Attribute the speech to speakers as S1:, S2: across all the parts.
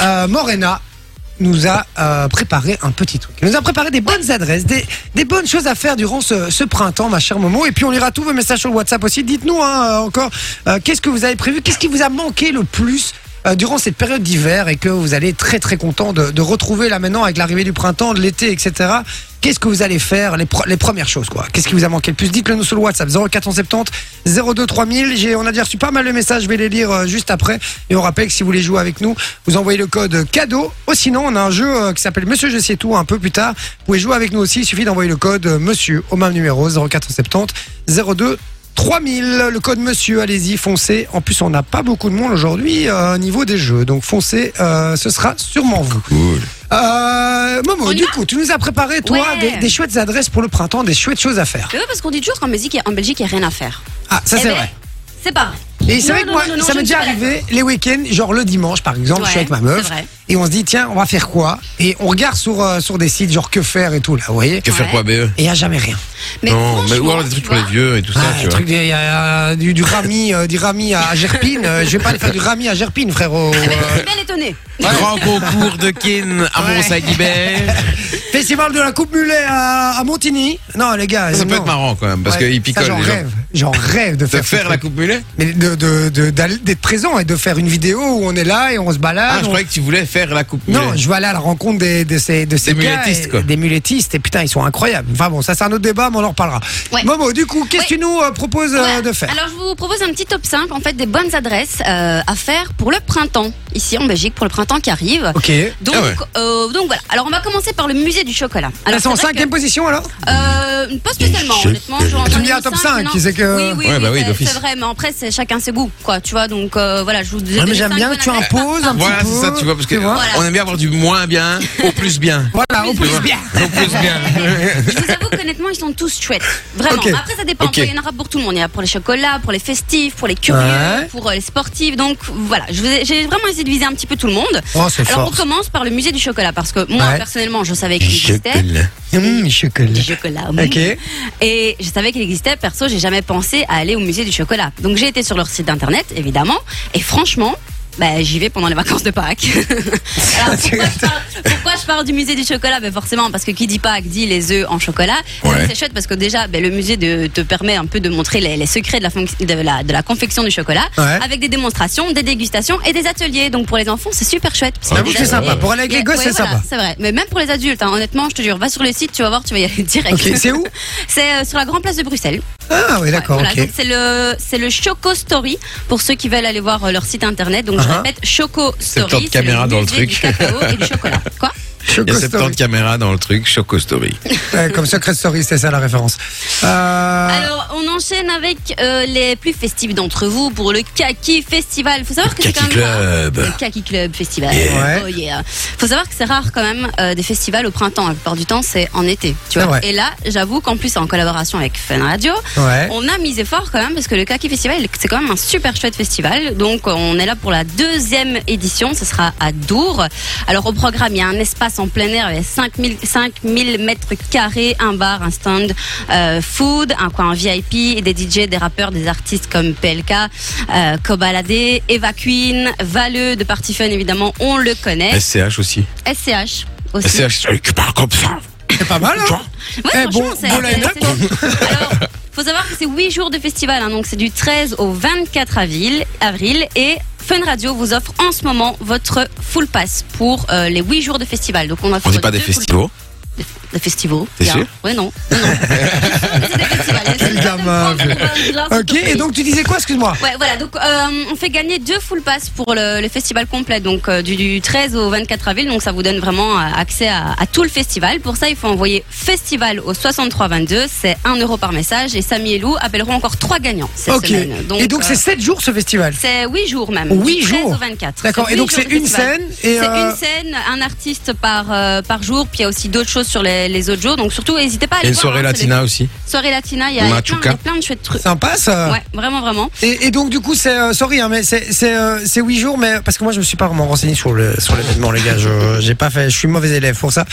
S1: euh, Morena nous a euh, préparé un petit truc. Elle nous a préparé des bonnes adresses, des, des bonnes choses à faire durant ce, ce printemps, ma chère Momo. Et puis on lira tous vos messages sur le WhatsApp aussi. Dites-nous hein, euh, encore euh, qu'est-ce que vous avez prévu, qu'est-ce qui vous a manqué le plus euh, durant cette période d'hiver et que vous allez être très très content de, de retrouver là maintenant avec l'arrivée du printemps, de l'été, etc. Qu'est-ce que vous allez faire les, pre- les premières choses quoi Qu'est-ce qui vous a manqué le plus Dites-le nous sur le WhatsApp 0470 02 3000. J'ai, on a déjà reçu pas mal de messages, je vais les lire euh, juste après. Et on rappelle que si vous voulez jouer avec nous, vous envoyez le code cadeau. Ou sinon, on a un jeu euh, qui s'appelle Monsieur Je sais tout un peu plus tard. Vous pouvez jouer avec nous aussi, il suffit d'envoyer le code euh, Monsieur au même numéro 0470 02 3000, le code monsieur, allez-y, foncez. En plus, on n'a pas beaucoup de monde aujourd'hui euh, au niveau des jeux, donc foncez, euh, ce sera sûrement vous.
S2: Cool.
S1: Euh, Momo,
S3: On y
S1: du coup, tu nous as préparé, toi,
S3: Ouais.
S1: des, des chouettes adresses pour le printemps, des chouettes choses à faire.
S3: Mais oui, parce qu'on dit toujours qu'en Belgique, il y a- en Belgique, il n'y a rien à faire.
S1: Ah, ça
S3: Eh
S1: c'est
S3: ben,
S1: vrai.
S3: C'est pas vrai.
S1: Et c'est
S3: Non,
S1: vrai que
S3: non,
S1: moi,
S3: non, non,
S1: ça
S3: je
S1: m'est
S3: ne
S1: déjà
S3: suis pas
S1: arrivé les week-ends, genre le dimanche par exemple, je suis
S3: Ouais,
S1: avec ma meuf
S3: c'est vrai.
S1: et on se dit tiens, on va faire quoi Et on regarde sur, euh, sur des sites genre que faire et tout là, vous voyez
S2: Que faire
S3: Ouais.
S2: quoi, BE
S1: Et il n'y a jamais rien.
S3: Mais
S2: Non, mais
S3: franchement,
S2: ou alors des trucs
S3: tu
S2: pour les
S3: vois,
S2: vieux et tout ça,
S1: Ah,
S2: tu
S1: le
S2: vois.
S1: truc des- il y a, euh, du, du rami, euh, du rami à Gerpine, euh, je vais pas aller faire du rami à Gerpine frérot. Euh,
S3: Bien étonné.
S2: Grand concours de kin à
S1: Ouais. Festival de la Coupe Mulet à, à Montigny. Non, les gars.
S2: Ça peut
S1: non.
S2: être marrant quand même, parce
S1: Ouais,
S2: qu'ils
S1: ça,
S2: picolent
S1: J'en
S2: les gens.
S1: rêve. J'en rêve de
S2: De
S1: faire, ce
S2: faire la
S1: truc.
S2: coupe mulet
S1: Mais de, de, de- d'aller- d'être présent et de faire une vidéo où on est là et on se
S2: Ah,
S1: balade.
S2: je
S1: on-
S2: croyais que tu voulais faire la coupe mulet.
S1: Non, je vais aller à la rencontre des, de ces, de ces
S2: Des
S1: gars
S2: mulettistes,
S1: et-
S2: quoi.
S1: Des mulettistes. Et putain, ils sont incroyables. Enfin bon, ça c'est un autre débat, mais on en reparlera.
S3: Ouais.
S1: Momo, du coup, qu'est-ce que tu
S3: Ouais.
S1: nous euh, proposes euh,
S3: Ouais.
S1: de faire
S3: Alors, je vous propose un petit top 5, en fait, des bonnes adresses euh, à faire pour le printemps, ici en Belgique, pour le printemps qui arrive.
S1: Ok.
S3: Donc,
S2: Ah ouais.
S3: euh, donc voilà. Alors, on va commencer par le musée du chocolat.
S1: Là,
S3: Alors,
S1: c'est en
S3: c'est vrai
S1: cinquième
S3: que-
S1: position alors
S3: euh, pas spécialement,
S2: Du
S3: honnêtement. je- j'en
S1: Tu me
S3: ai
S1: dis un
S3: mis
S1: top
S3: cinq,
S1: 5,
S3: mais non.
S1: qui c'est que-
S3: Oui, oui,
S2: Ouais, bah oui,
S3: oui, c'est-
S2: d'office.
S3: c'est vrai, mais après, c'est chacun ses goûts, quoi, tu vois. Donc, euh, voilà, je vous
S1: Ouais,
S3: ai
S1: mais
S3: donné
S1: j'aime
S3: cinq
S1: bien
S3: bonnes
S1: que tu
S3: adresses.
S1: imposes un
S2: Voilà,
S1: petit peu.
S2: c'est ça, tu vois, parce que
S1: vois
S2: on aime bien avoir du moins bien au plus bien.
S1: Voilà, au plus
S2: vois.
S1: bien.
S2: Au plus bien.
S3: Je vous avoue qu'honnêtement, ils sont tous chouettes. Vraiment.
S1: Ok.
S3: Après, ça dépend.
S2: Ok.
S3: Il y en aura pour tout le monde. Il y en a pour les chocolats, pour les festifs, pour les curieux,
S1: Ouais.
S3: pour euh, les sportifs. Donc voilà, Je vous ai- j'ai vraiment essayé de viser un petit peu tout le monde.
S1: Oh, c'est
S3: Alors
S1: fort.
S3: on commence par le musée du chocolat parce que moi,
S1: Ouais.
S3: personnellement, je savais qu'il existait.
S1: Hum, chocolat.
S3: Du chocolat. mm.
S1: Ok.
S3: Et je savais qu'il existait. Perso, j'ai jamais pensé à aller au musée du chocolat. Donc j'ai été sur leur site internet, évidemment. Et franchement. bah, j'y vais pendant les vacances de Pâques. Alors, pourquoi, je parle, pourquoi je parle du musée du chocolat Ben Forcément, parce que qui dit Pâques dit les œufs en chocolat. Et
S2: Ouais.
S3: C'est chouette parce que déjà, ben, le musée de- te permet un peu de montrer les, les secrets de la, fonc- de, la, de la confection du chocolat
S1: Ouais.
S3: avec des démonstrations, des dégustations et des ateliers. Donc pour les enfants, c'est super chouette. parce que euh,
S1: J'avoue que
S3: des
S1: Ah c'est
S3: ateliers-
S1: sympa. Pour aller avec les
S3: Ouais,
S1: gosses,
S3: ouais,
S1: c'est
S3: voilà,
S1: sympa.
S3: C'est vrai. Mais même pour les adultes, hein, honnêtement, je te jure, va sur le site, tu vas voir, tu vas y aller direct.
S1: Ok, c'est où
S3: C'est euh, sur la Grand Place de Bruxelles.
S1: Ah oui, d'accord,
S3: Voilà,
S1: ok.
S3: donc c'est le c'est le Choco Story pour ceux qui veulent aller voir euh, leur site internet. Donc je
S1: Uh-huh.
S3: répète Choco Story.
S2: top
S3: c'est
S2: caméra dans le
S3: musée
S2: truc.
S3: Du cacao et du chocolat. Quoi
S2: Il y
S1: Choco
S2: a
S1: Story.
S2: 70 caméras dans le truc, Choco Story.
S1: Ouais, comme Secret Story, c'est ça la référence. Euh,
S3: Alors on enchaîne avec euh, les plus festifs d'entre vous pour le Kaki Festival. Faut savoir que c'est
S2: Kaki
S3: quand même rare.
S2: Club.
S3: Le Kaki Club Festival.
S1: Yeah.
S3: Oh yeah. Faut savoir que c'est rare quand même euh, des festivals au printemps. La plupart du temps c'est en été. Tu
S1: C'est
S3: vois.
S1: vrai.
S3: Et là j'avoue qu'en plus en collaboration avec Fun Radio.
S1: ouais.
S3: On a misé fort quand même parce que le Kaki Festival, c'est quand même un super chouette festival. Donc euh, on est là pour la deuxième édition, ce sera à Dour. Alors au programme, il y a un espace en plein air, il y a 5000, 5000 mètres carrés, un bar, un stand euh, food, un coin VIP, des DJ, des rappeurs, des artistes comme PLK, euh, Kobalade, Eva Queen, Valeux de Party Fun évidemment, on le connaît.
S2: SCH aussi.
S3: SCH aussi.
S2: SCH, tu parles comme ça.
S1: C'est pas mal, hein
S3: Ouais,
S1: Eh,
S3: franchement,
S1: bon-
S3: c'est-
S1: bon
S3: c'est-
S1: line-up,
S3: c'est- Alors, faut savoir que c'est 8 jours de festival, hein, donc c'est du 13 au 24 avril, avril et Fun Radio vous offre en ce moment votre full pass pour euh, les 8 jours de festival. Donc on va
S2: On dit pas des
S3: festivals.
S2: festivals.
S3: Des festivals.
S2: T'es
S3: bien.
S2: sûr
S3: Ouais non. non, non. C'est des festivals.
S1: Quel gamin,
S3: C'est des festivals.
S1: Ok, et donc tu disais quoi, excuse-moi
S3: Ouais, voilà. Donc, euh, on fait gagner deux full pass pour le, le festival complet, donc euh, du, du 13 au 24 avril. Donc, ça vous donne vraiment euh, accès à, à tout le festival. Pour ça, il faut envoyer festival au 6322. C'est 1 euro par message. Et Samy et Lou appelleront encore trois gagnants cette
S1: Ok.
S3: semaine.
S1: et donc c'est
S3: euh,
S1: 7 jours ce festival
S3: c'est 8 jours même.
S1: Huit
S3: du 13
S1: jours.
S3: au 24.
S1: D'accord,
S3: huit
S1: et donc
S3: jours
S1: c'est
S3: de
S1: une
S3: festival.
S1: scène et
S3: C'est
S1: euh,
S3: une scène, un artiste par, euh, par jour, puis il y a aussi d'autres choses sur les, les autres jours. Donc surtout, n'hésitez pas à
S2: Il y
S3: aller
S2: a une
S3: voir,
S2: soirée
S3: hein, c'est le-
S2: latina aussi.
S3: Soirée latina, il y a plein,
S2: Nacho Tchouka.
S3: il y a plein de chouettes trucs.
S1: Sympa ça. euh,
S3: Ouais, vraiment, vraiment.
S1: Et, et donc du coup c'est euh, sorry hein, mais c'est c'est euh, c'est huit jours mais parce que moi je me suis pas vraiment renseigné sur le sur l'événement les gars je j'ai pas fait je suis mauvais élève pour ça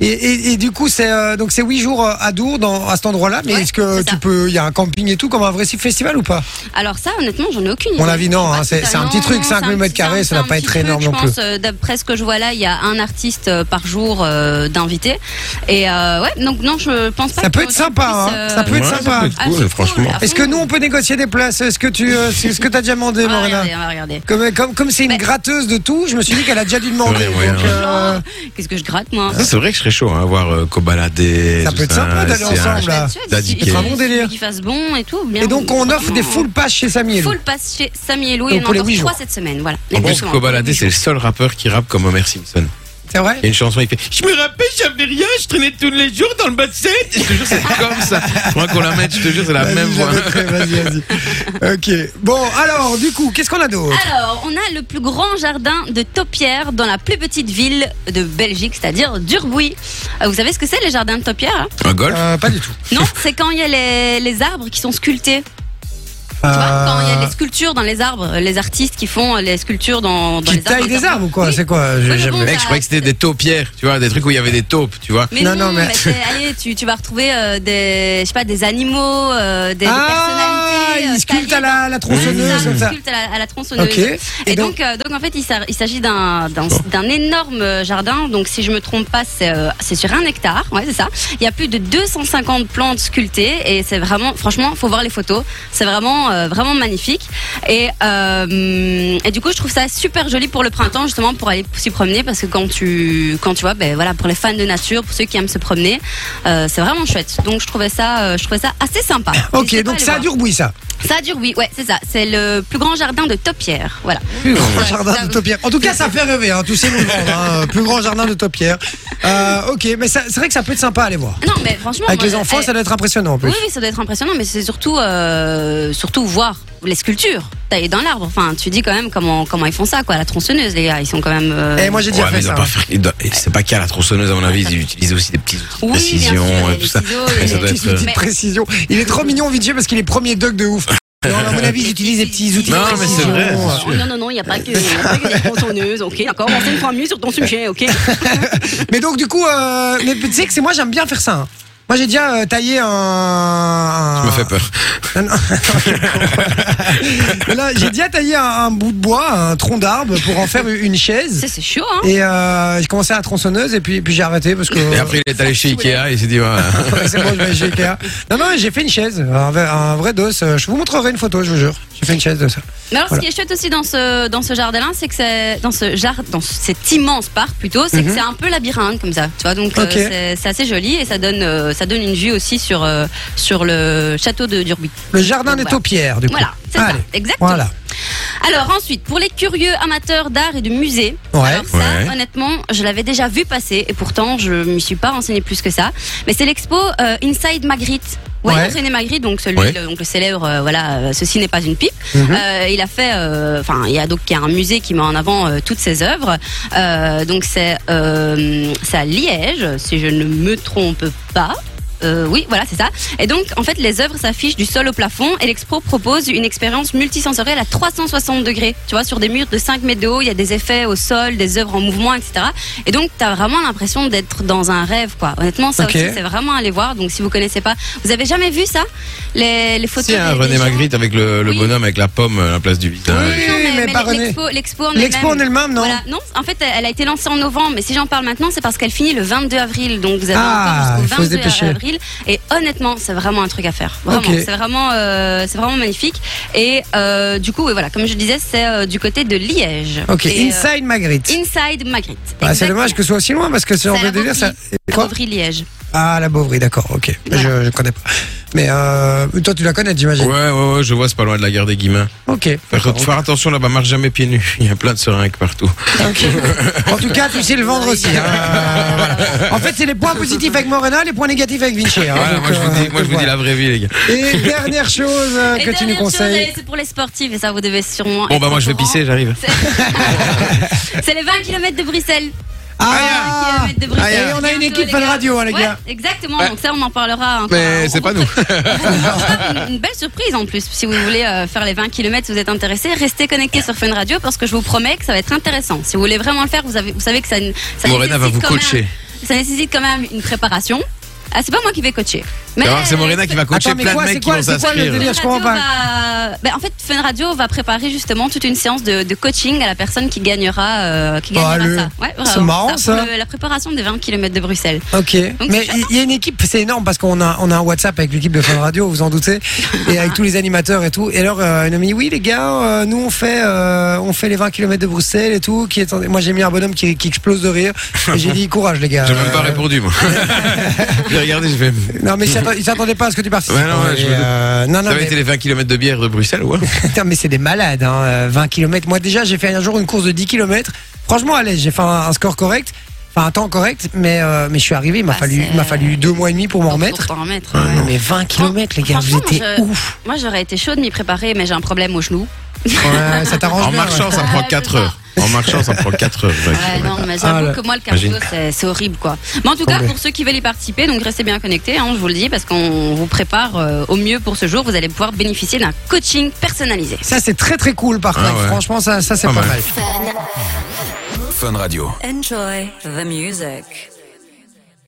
S1: et, et, et du coup c'est euh, donc c'est huit jours euh, à Dour dans à cet endroit là mais
S3: Ouais,
S1: est-ce que
S3: c'est
S1: tu
S3: ça.
S1: peux il y a un camping et tout comme un vrai festival ou pas
S3: Alors ça, honnêtement, j'en ai aucune idée.
S1: Mon avis, non, hein,
S3: Ouais,
S1: c'est- c'est un petit
S3: non,
S1: truc,
S3: c'est
S1: cinq
S3: un
S1: mille
S3: petit-
S1: mètres carrés,
S3: c'est
S1: ça
S3: un
S1: doit pas
S3: petit
S1: être énorme
S3: truc,
S1: non
S3: je
S1: plus.
S3: pense, euh, D'après ce que je vois là, il y a un artiste euh, par jour euh, d'invité. Et euh, ouais, donc non, je pense pas.
S1: Ça peut
S3: que- euh,
S1: être sympa,
S3: qu'on puisse,
S1: hein, ça peut être
S2: Ouais,
S1: sympa.
S2: ça peut être
S3: Ah,
S2: cool,
S3: c'est
S2: franchement.
S3: cool, à
S1: Est-ce que
S3: fond.
S1: nous on peut négocier des places est-ce que tu euh, c'est ce que t'as déjà demandé
S3: on va
S1: Morena
S3: regarder, on va regarder.
S1: comme comme comme c'est une
S3: Ah, Mais-
S1: gratteuse de tout je me suis dit qu'elle a déjà dû demander
S2: Ouais, ouais,
S1: donc,
S2: ouais.
S1: euh,
S3: Qu'est-ce que je gratte moi
S1: Ah,
S2: Ça, c'est vrai que je serais chaud hein, à voir euh, Kobalade.
S1: Ça
S2: tout
S1: peut être sympa d'aller
S2: c'est un-
S1: ensemble,
S3: Bah,
S1: là.
S2: Daddy
S1: C'est
S2: Kay.
S1: un bon délire.
S3: Qu'il fasse bon et tout. Bien,
S1: et donc on offre des
S3: vraiment.
S1: full pass chez Samy et Lou.
S3: Full pass chez Samy et Lou.
S1: Donc,
S3: Il y en
S1: pour les
S3: a
S1: huit
S3: encore trois
S1: jours.
S3: cette semaine. Voilà.
S2: En plus,
S3: Exactement.
S2: Kobalade, c'est le seul rappeur qui rappe comme Homer Simpson.
S1: c'est vrai
S2: Il y a une chanson, il fait Je me rappelle, j'avais rien, je traînais tous les jours dans le bassin. Je te jure, c'est comme ça. Moi qu'on la mette, je te jure, c'est la
S1: Vas-y,
S2: même voix.
S1: j'adopterai, Vas-y, vas-y. ok. Bon, alors, du coup, qu'est-ce qu'on a d'autre
S3: Alors, on a le plus grand jardin de taupières dans la plus petite ville de Belgique, c'est-à-dire Durbuy. Euh, Vous savez ce que c'est les jardins de taupières hein
S2: Un golf
S1: Euh, Pas du tout.
S3: Non, c'est quand il y a les, les arbres qui sont sculptés. Tu vois,
S1: Euh.
S3: quand il y a les sculptures dans les arbres, euh, les artistes qui font euh, les sculptures dans, dans
S1: Qui
S3: les arbres.
S1: taille des
S3: notamment.
S1: arbres ou quoi
S3: Oui.
S1: C'est quoi J'ai
S3: Oui, mais
S1: jamais-
S3: bon,
S2: Mec, je croyais que c'était des taupières, tu vois, des trucs où il y avait des taupes, tu vois.
S3: Mais
S1: Non,
S3: non,
S1: non, mais-
S3: mais c'est- allez, tu, tu vas retrouver euh, des, je sais pas, des animaux, euh, des, des
S1: Ah,
S3: personnalités.
S1: il
S3: euh,
S1: sculpte à
S3: taillées
S1: la, la
S3: dans-
S1: tronçonneuse
S3: Oui,
S1: comme ça.
S3: sculpte à la, à la tronçonneuse.
S1: Ok. Et,
S3: Et,
S1: donc,
S3: donc, euh, donc, en fait, il s'a- il s'agit d'un d'un- d'un énorme euh, jardin. Donc, si je me trompe pas, c'est euh, c'est sur un hectare. Ouais, c'est ça. Il y a plus de 250 plantes sculptées et c'est vraiment, franchement, faut voir les photos. C'est vraiment, euh, vraiment magnifique. Et, euh, et du coup, je trouve ça super joli pour le printemps, justement, pour aller s'y promener parce que quand tu, quand tu vois, ben voilà, pour les fans de nature, pour ceux qui aiment se promener, euh, c'est vraiment chouette. Donc, je trouvais ça, euh, je trouvais ça assez sympa. N'hésitez
S1: ok,
S3: pas à
S1: donc
S3: aller
S1: ça
S3: voir.
S1: dure bruit ça.
S3: Ça dure, oui, ouais, c'est ça. C'est le plus grand jardin de Topière. Voilà.
S1: Grand
S3: Ouais,
S1: jardin
S3: ça-
S1: de taupières. En tout cas, ça fait rêver, hein, tous ces nous le vendent, hein, Plus grand jardin de taupières. Euh, ok, mais ça- c'est vrai que ça peut être sympa à aller voir.
S3: Non, mais franchement.
S1: Avec
S3: moi,
S1: les
S3: je-
S1: enfants,
S3: eh,
S1: ça doit être impressionnant en plus.
S3: Oui, oui, ça doit être impressionnant, mais c'est surtout, euh, surtout voir les sculptures taillées dans l'arbre. Enfin, tu dis quand même comment, comment ils font ça, quoi. La tronçonneuse, les gars, ils sont quand même. euh,
S1: Et Eh, moi, j'ai
S2: Ouais,
S1: déjà
S2: mais
S1: fait
S2: ils
S1: ça.
S2: doivent pas faire. ils doivent- et C'est pas qu'à la tronçonneuse, à mon avis, ils utilisent aussi des petits outils de
S3: Oui, bien
S2: précision
S3: sûr,
S2: et
S3: les
S2: tout ça.
S3: ciseaux, les-
S2: Ça doit
S1: Petite,
S2: être. euh,
S1: petite précision. Il est trop mignon, Vinci, parce qu'il est premier dog de ouf. Non, à mon avis, ils utilisent des petits outils. de
S2: Non, mais c'est
S1: précision.
S2: vrai, c'est
S1: Euh,
S3: Euh,
S2: sûr.
S3: Oh, non, non, non, il n'y a pas que, il y a pas que des tronçonneuses, ok, d'accord, on s'est mieux sur ton sujet, ok.
S1: Mais donc du coup, euh, mais tu sais que c'est moi j'aime bien faire ça. hein. Moi j'ai déjà euh, taillé un.
S2: Je me fais peur.
S1: Non, non. Mais Là j'ai déjà taillé un, un bout de bois, un tronc d'arbre pour en faire une chaise.
S3: Ça, c'est chaud, hein.
S1: Et euh, j'ai commencé à la tronçonneuse et puis puis j'ai arrêté parce que.
S2: Et après, il est allé chez Ikea et il s'est dit voilà.
S1: Ouais, c'est bon, je vais chez Ikea. Non non, j'ai fait une chaise, un, vrai- un vrai dos. euh, Je vous montrerai une photo, je vous jure. J'ai fait une chaise de ça.
S3: Mais alors,
S1: Voilà.
S3: ce qui est chouette aussi dans ce, dans ce jardin-là, c'est que c'est, dans ce jardin, dans cet immense parc plutôt, c'est que c'est un peu labyrinthe comme ça, tu vois, donc euh,
S1: Mhm. Ok.
S3: c'est, c'est assez joli et ça donne, euh, ça donne une vue aussi sur, euh, sur le château de Durbuy.
S1: Le jardin
S3: Donc,
S1: des
S3: voilà.
S1: taupières du coup.
S3: Voilà, c'est ça,
S1: Allez.
S3: exactement.
S1: Voilà.
S3: Alors ensuite, pour les curieux amateurs d'art et de musée,
S1: Ouais.
S3: alors ça,
S2: Ouais.
S3: honnêtement, je l'avais déjà vu passer et pourtant je m'y suis pas renseigné plus que ça. Mais c'est l'expo euh, Inside Magritte. Ouais,
S1: Ouais.
S3: René Magritte, donc celui,
S2: Ouais.
S3: le, donc le célèbre, euh, voilà, euh, ceci n'est pas une pipe.
S1: Mhm.
S3: Euh, il a fait, euh, enfin, il y a donc il y a un musée qui met en avant euh, toutes ses œuvres. Euh, donc c'est, euh, c'est à Liège, si je ne me trompe pas. Euh, oui, voilà, c'est ça. Et donc, en fait, les œuvres s'affichent du sol au plafond et l'expo propose une expérience multisensorielle à 360 degrés. Tu vois, sur des murs de 5 mètres de haut, il y a des effets au sol, des œuvres en mouvement, etc. Et donc, t'as vraiment l'impression d'être dans un rêve, quoi. Honnêtement, ça
S1: Ok.
S3: aussi, c'est vraiment à aller voir. Donc, si vous connaissez pas, vous avez jamais vu ça Les, les photos
S2: C'est un
S1: hein,
S3: des- des
S2: René
S3: gens
S2: Magritte avec le, le
S3: Oui.
S2: bonhomme avec la pomme à la place du
S3: oui,
S2: visage.
S3: oui, non,
S1: Oui,
S3: mais,
S1: mais
S3: mais
S1: pas
S3: l'ex-
S1: René.
S3: l'expo, l'expo en
S1: L'expo en
S3: elle-même.
S1: elle-même, non
S3: Voilà. Non, en fait, elle a été lancée en novembre, mais si j'en parle maintenant, c'est parce qu'elle finit le 22 avril. Donc vous avez
S1: Ah,
S3: encore
S1: il faut
S3: jusqu'au
S1: se
S3: 22
S1: dépêcher.
S3: avril. Et honnêtement, c'est vraiment un truc à faire. Vraiment,
S1: Ok.
S3: c'est vraiment, euh, c'est vraiment magnifique. Et euh, du coup, oui, voilà, comme je disais, c'est euh, du côté de Liège.
S1: Ok.
S3: Et, euh,
S1: Inside Magritte.
S3: Inside Magritte.
S1: Ah, c'est dommage que ce soit aussi loin parce que c'est en
S3: C'est à
S1: fait
S3: la
S1: délire ça. Quoi
S3: Pauvre Liège.
S1: Ah la Bovry, d'accord, ok.
S3: Voilà.
S1: Je, je connais pas. Mais euh, toi tu la connais, j'imagine.
S2: Ouais, ouais, ouais, je vois, c'est pas loin de la gare des Guillemins.
S1: Ok.
S2: Par contre, faire attention là-bas, marche jamais pieds nus. Il y a plein de seringues partout.
S1: En tout cas, tu sais le vendre aussi. hein. Euh, voilà. En fait, c'est les points positifs avec Morena, les points négatifs avec Vinci. hein.
S2: Voilà,
S1: Donc,
S2: moi je vous
S1: euh,
S2: dis, moi, je vous dis la vraie vie, les gars.
S1: Et dernière chose euh,
S3: Et
S1: que tu nous
S3: dernière chose,
S1: conseilles.
S3: allez, c'est pour les sportifs, et ça vous devez sûrement.
S2: Bon,
S3: être
S2: bah, moi
S3: au
S2: je vais
S3: courant.
S2: pisser, j'arrive.
S3: C'est les 20 km de Bruxelles.
S1: Ah,
S3: kilomètres de Bruxelles.
S1: Et on a une
S3: Bientôt,
S1: équipe fan
S3: gars.
S1: radio, hein, les
S3: Ouais,
S1: gars.
S3: Exactement,
S2: Ouais.
S3: donc ça, on en parlera. hein,
S2: Mais
S3: quand
S2: c'est
S3: on
S2: pas nous.
S3: une, une belle surprise en plus. Si vous voulez euh, faire les 20 km, si vous êtes intéressé, restez connectés sur Fun Radio parce que je vous promets que ça va être intéressant. Si vous voulez vraiment le faire, vous, avez, vous savez que ça, ne- ça
S2: Morena
S3: nécessite
S2: va vous
S3: quand même-
S2: coacher.
S3: ça nécessite quand même une préparation. Ah, c'est pas moi qui vais coacher. Mais
S2: Tu vas voir que C'est Morena qui va coacher
S1: Attends, mais
S2: plein
S1: quoi,
S2: de
S1: c'est
S2: mecs qui
S1: quoi-
S2: vont
S1: c'est quoi le
S2: s'inscrire.
S1: délire Je comprends
S3: Radio va- ben, en fait, Fun Radio va préparer justement toute une séance de, de coaching à la personne qui gagnera, euh, qui gagnera
S1: Allez.
S3: ça. Ouais,
S1: Bah, C'est marrant,
S3: pour
S1: ça.
S3: le- la préparation des 20 km de Bruxelles.
S1: Ok. Mais il y a une équipe, c'est énorme parce qu'on a, on a un WhatsApp avec l'équipe de Fun Radio, vous en doutez, et avec tous les animateurs et tout. Et alors, euh, ils nous ont dit oui, les gars, euh, nous on fait, euh, on fait les 20 km de Bruxelles et tout. Qui est en- Moi j'ai mis un bonhomme qui, qui explose de rire. Et J'ai dit courage, les gars.
S2: J'ai même pas
S1: Euh,
S2: répondu, moi. J'ai regardé, j'ai fait.
S1: Non, mais ils s'atta- ils s'attendaient pas à ce que tu participes.
S2: Ouais, non, ouais, je
S1: Et,
S2: me doute.
S1: euh, Ah, non, non,
S2: Ça avait
S1: mais-
S2: été les 20 km de bière de Bruxelles, ouais.
S1: Putain, mais c'est des malades, hein, euh, 20 km. Moi, déjà, j'ai fait un jour une course de 10 km. Franchement, à l'aise, j'ai fait un, un score correct, enfin un temps correct, mais, euh, mais je suis arrivé. Il m'a
S3: Bah,
S1: fallu,
S3: c'est-
S1: il m'a fallu deux mois et demi pour m'en remettre.
S3: Pour t'en remettre,
S2: Ah,
S3: ouais.
S2: non.
S1: Mais 20 km, les gars,
S3: Franchement,
S1: j'étais
S3: moi, je-
S1: ouf.
S3: Moi, j'aurais été chaud de m'y préparer, mais j'ai un problème au genou.
S1: Ouais, ça t'arrange
S2: En
S1: bien.
S2: marchant,
S1: ouais.
S2: ça prend
S3: Ouais,
S2: 4
S3: je
S2: heures. En marchant, ça prend 4 heures. vingt
S3: Ouais,
S2: kilomètres.
S3: non, mais
S1: Ah
S3: j'avoue
S1: là.
S3: que moi, le cardio,
S2: Imagine.
S3: c'est c'est horrible, quoi. Mais en tout cas,
S1: Tombé.
S3: pour ceux qui veulent y participer, donc restez bien connectés, hein, je vous le dis, parce qu'on vous prépare euh, au mieux pour ce jour. Vous allez pouvoir bénéficier d'un coaching personnalisé.
S1: Ça, c'est très très cool, par
S2: Ah
S1: contre.
S2: ouais.
S1: Franchement, ça, ça c'est
S2: Pas
S1: pas
S2: mal.
S1: mal.
S4: Fun Radio.
S5: Enjoy the music.